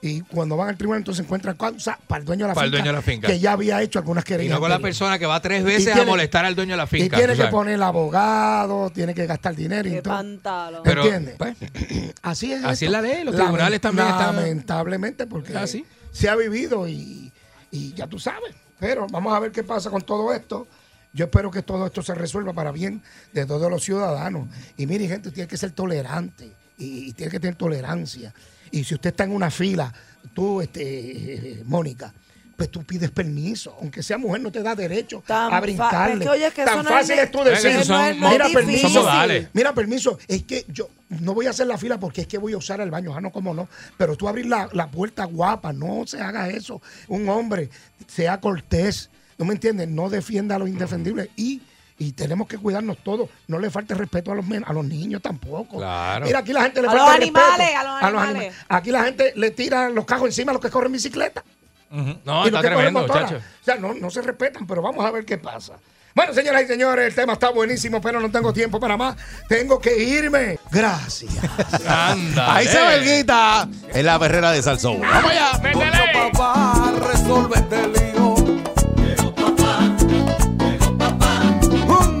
Speaker 4: Y cuando van al tribunal, entonces encuentran causa para el dueño de la,
Speaker 3: Para el
Speaker 4: finca,
Speaker 3: dueño de la finca.
Speaker 4: que ya había hecho algunas querellas.
Speaker 3: Y no con la
Speaker 4: anteriores.
Speaker 3: persona que va tres
Speaker 4: Y
Speaker 3: veces a
Speaker 4: tiene-
Speaker 3: molestar al dueño de la
Speaker 4: Y
Speaker 3: finca.
Speaker 4: tiene
Speaker 3: tú
Speaker 4: que
Speaker 3: sabes.
Speaker 4: poner abogado, tiene que gastar dinero y todo.
Speaker 3: Pero,
Speaker 4: ¿Entiendes?
Speaker 3: pues,
Speaker 4: Así es. esto.
Speaker 3: Así es la ley, los
Speaker 4: Lame-
Speaker 3: tribunales también están-
Speaker 4: Lamentablemente, porque
Speaker 3: Así.
Speaker 4: se ha vivido y, y ya tú sabes. Pero vamos a ver qué pasa con todo esto. Yo espero que todo esto se resuelva para bien de todos los ciudadanos. Y mire, gente, tiene que ser tolerante y, y tiene que tener tolerancia. Y si usted está en una fila, tú, este, eh, Mónica, pues tú pides permiso. Aunque sea mujer, no te da derecho
Speaker 5: Tan
Speaker 4: a
Speaker 5: fa-
Speaker 4: brincarle.
Speaker 5: es que, oye, es que
Speaker 4: Tan
Speaker 5: eso no
Speaker 4: fácil
Speaker 5: es-
Speaker 4: es tú
Speaker 5: Es que
Speaker 4: decir,
Speaker 5: eso no es- no es
Speaker 4: mira,
Speaker 5: difícil.
Speaker 4: permiso,
Speaker 5: Son modales.
Speaker 4: Mira, permiso, es que yo no voy a hacer la fila porque es que voy a usar el baño. Ah, no, cómo no. Pero tú abrir la, la puerta guapa, no se haga eso. Un hombre, sea cortés, ¿no me entiendes? No defienda lo indefendible y, y tenemos que cuidarnos todos. No le falte respeto a los, men- a los niños tampoco.
Speaker 3: Claro.
Speaker 4: Mira, aquí la gente le
Speaker 5: A
Speaker 4: falta
Speaker 5: los
Speaker 4: el respeto.
Speaker 5: animales, a los animales.
Speaker 4: Aquí la gente le tira los cajos encima a los que corren bicicleta.
Speaker 3: Ujú. No,
Speaker 4: Y
Speaker 3: está
Speaker 4: los que corren
Speaker 3: tremendo,
Speaker 4: motora.
Speaker 3: muchachos.
Speaker 4: O sea, no, no se respetan, pero vamos a ver qué pasa. Bueno, señoras y señores, el tema está buenísimo, pero no tengo tiempo para más. Tengo que irme. Gracias.
Speaker 6: Anda. Ahí se va el guita. Es la perrera de Salsón.
Speaker 1: ¡Vamos allá! Poncho papá, resolve este lío. Llegó papá, llegó papá. ¡Hum!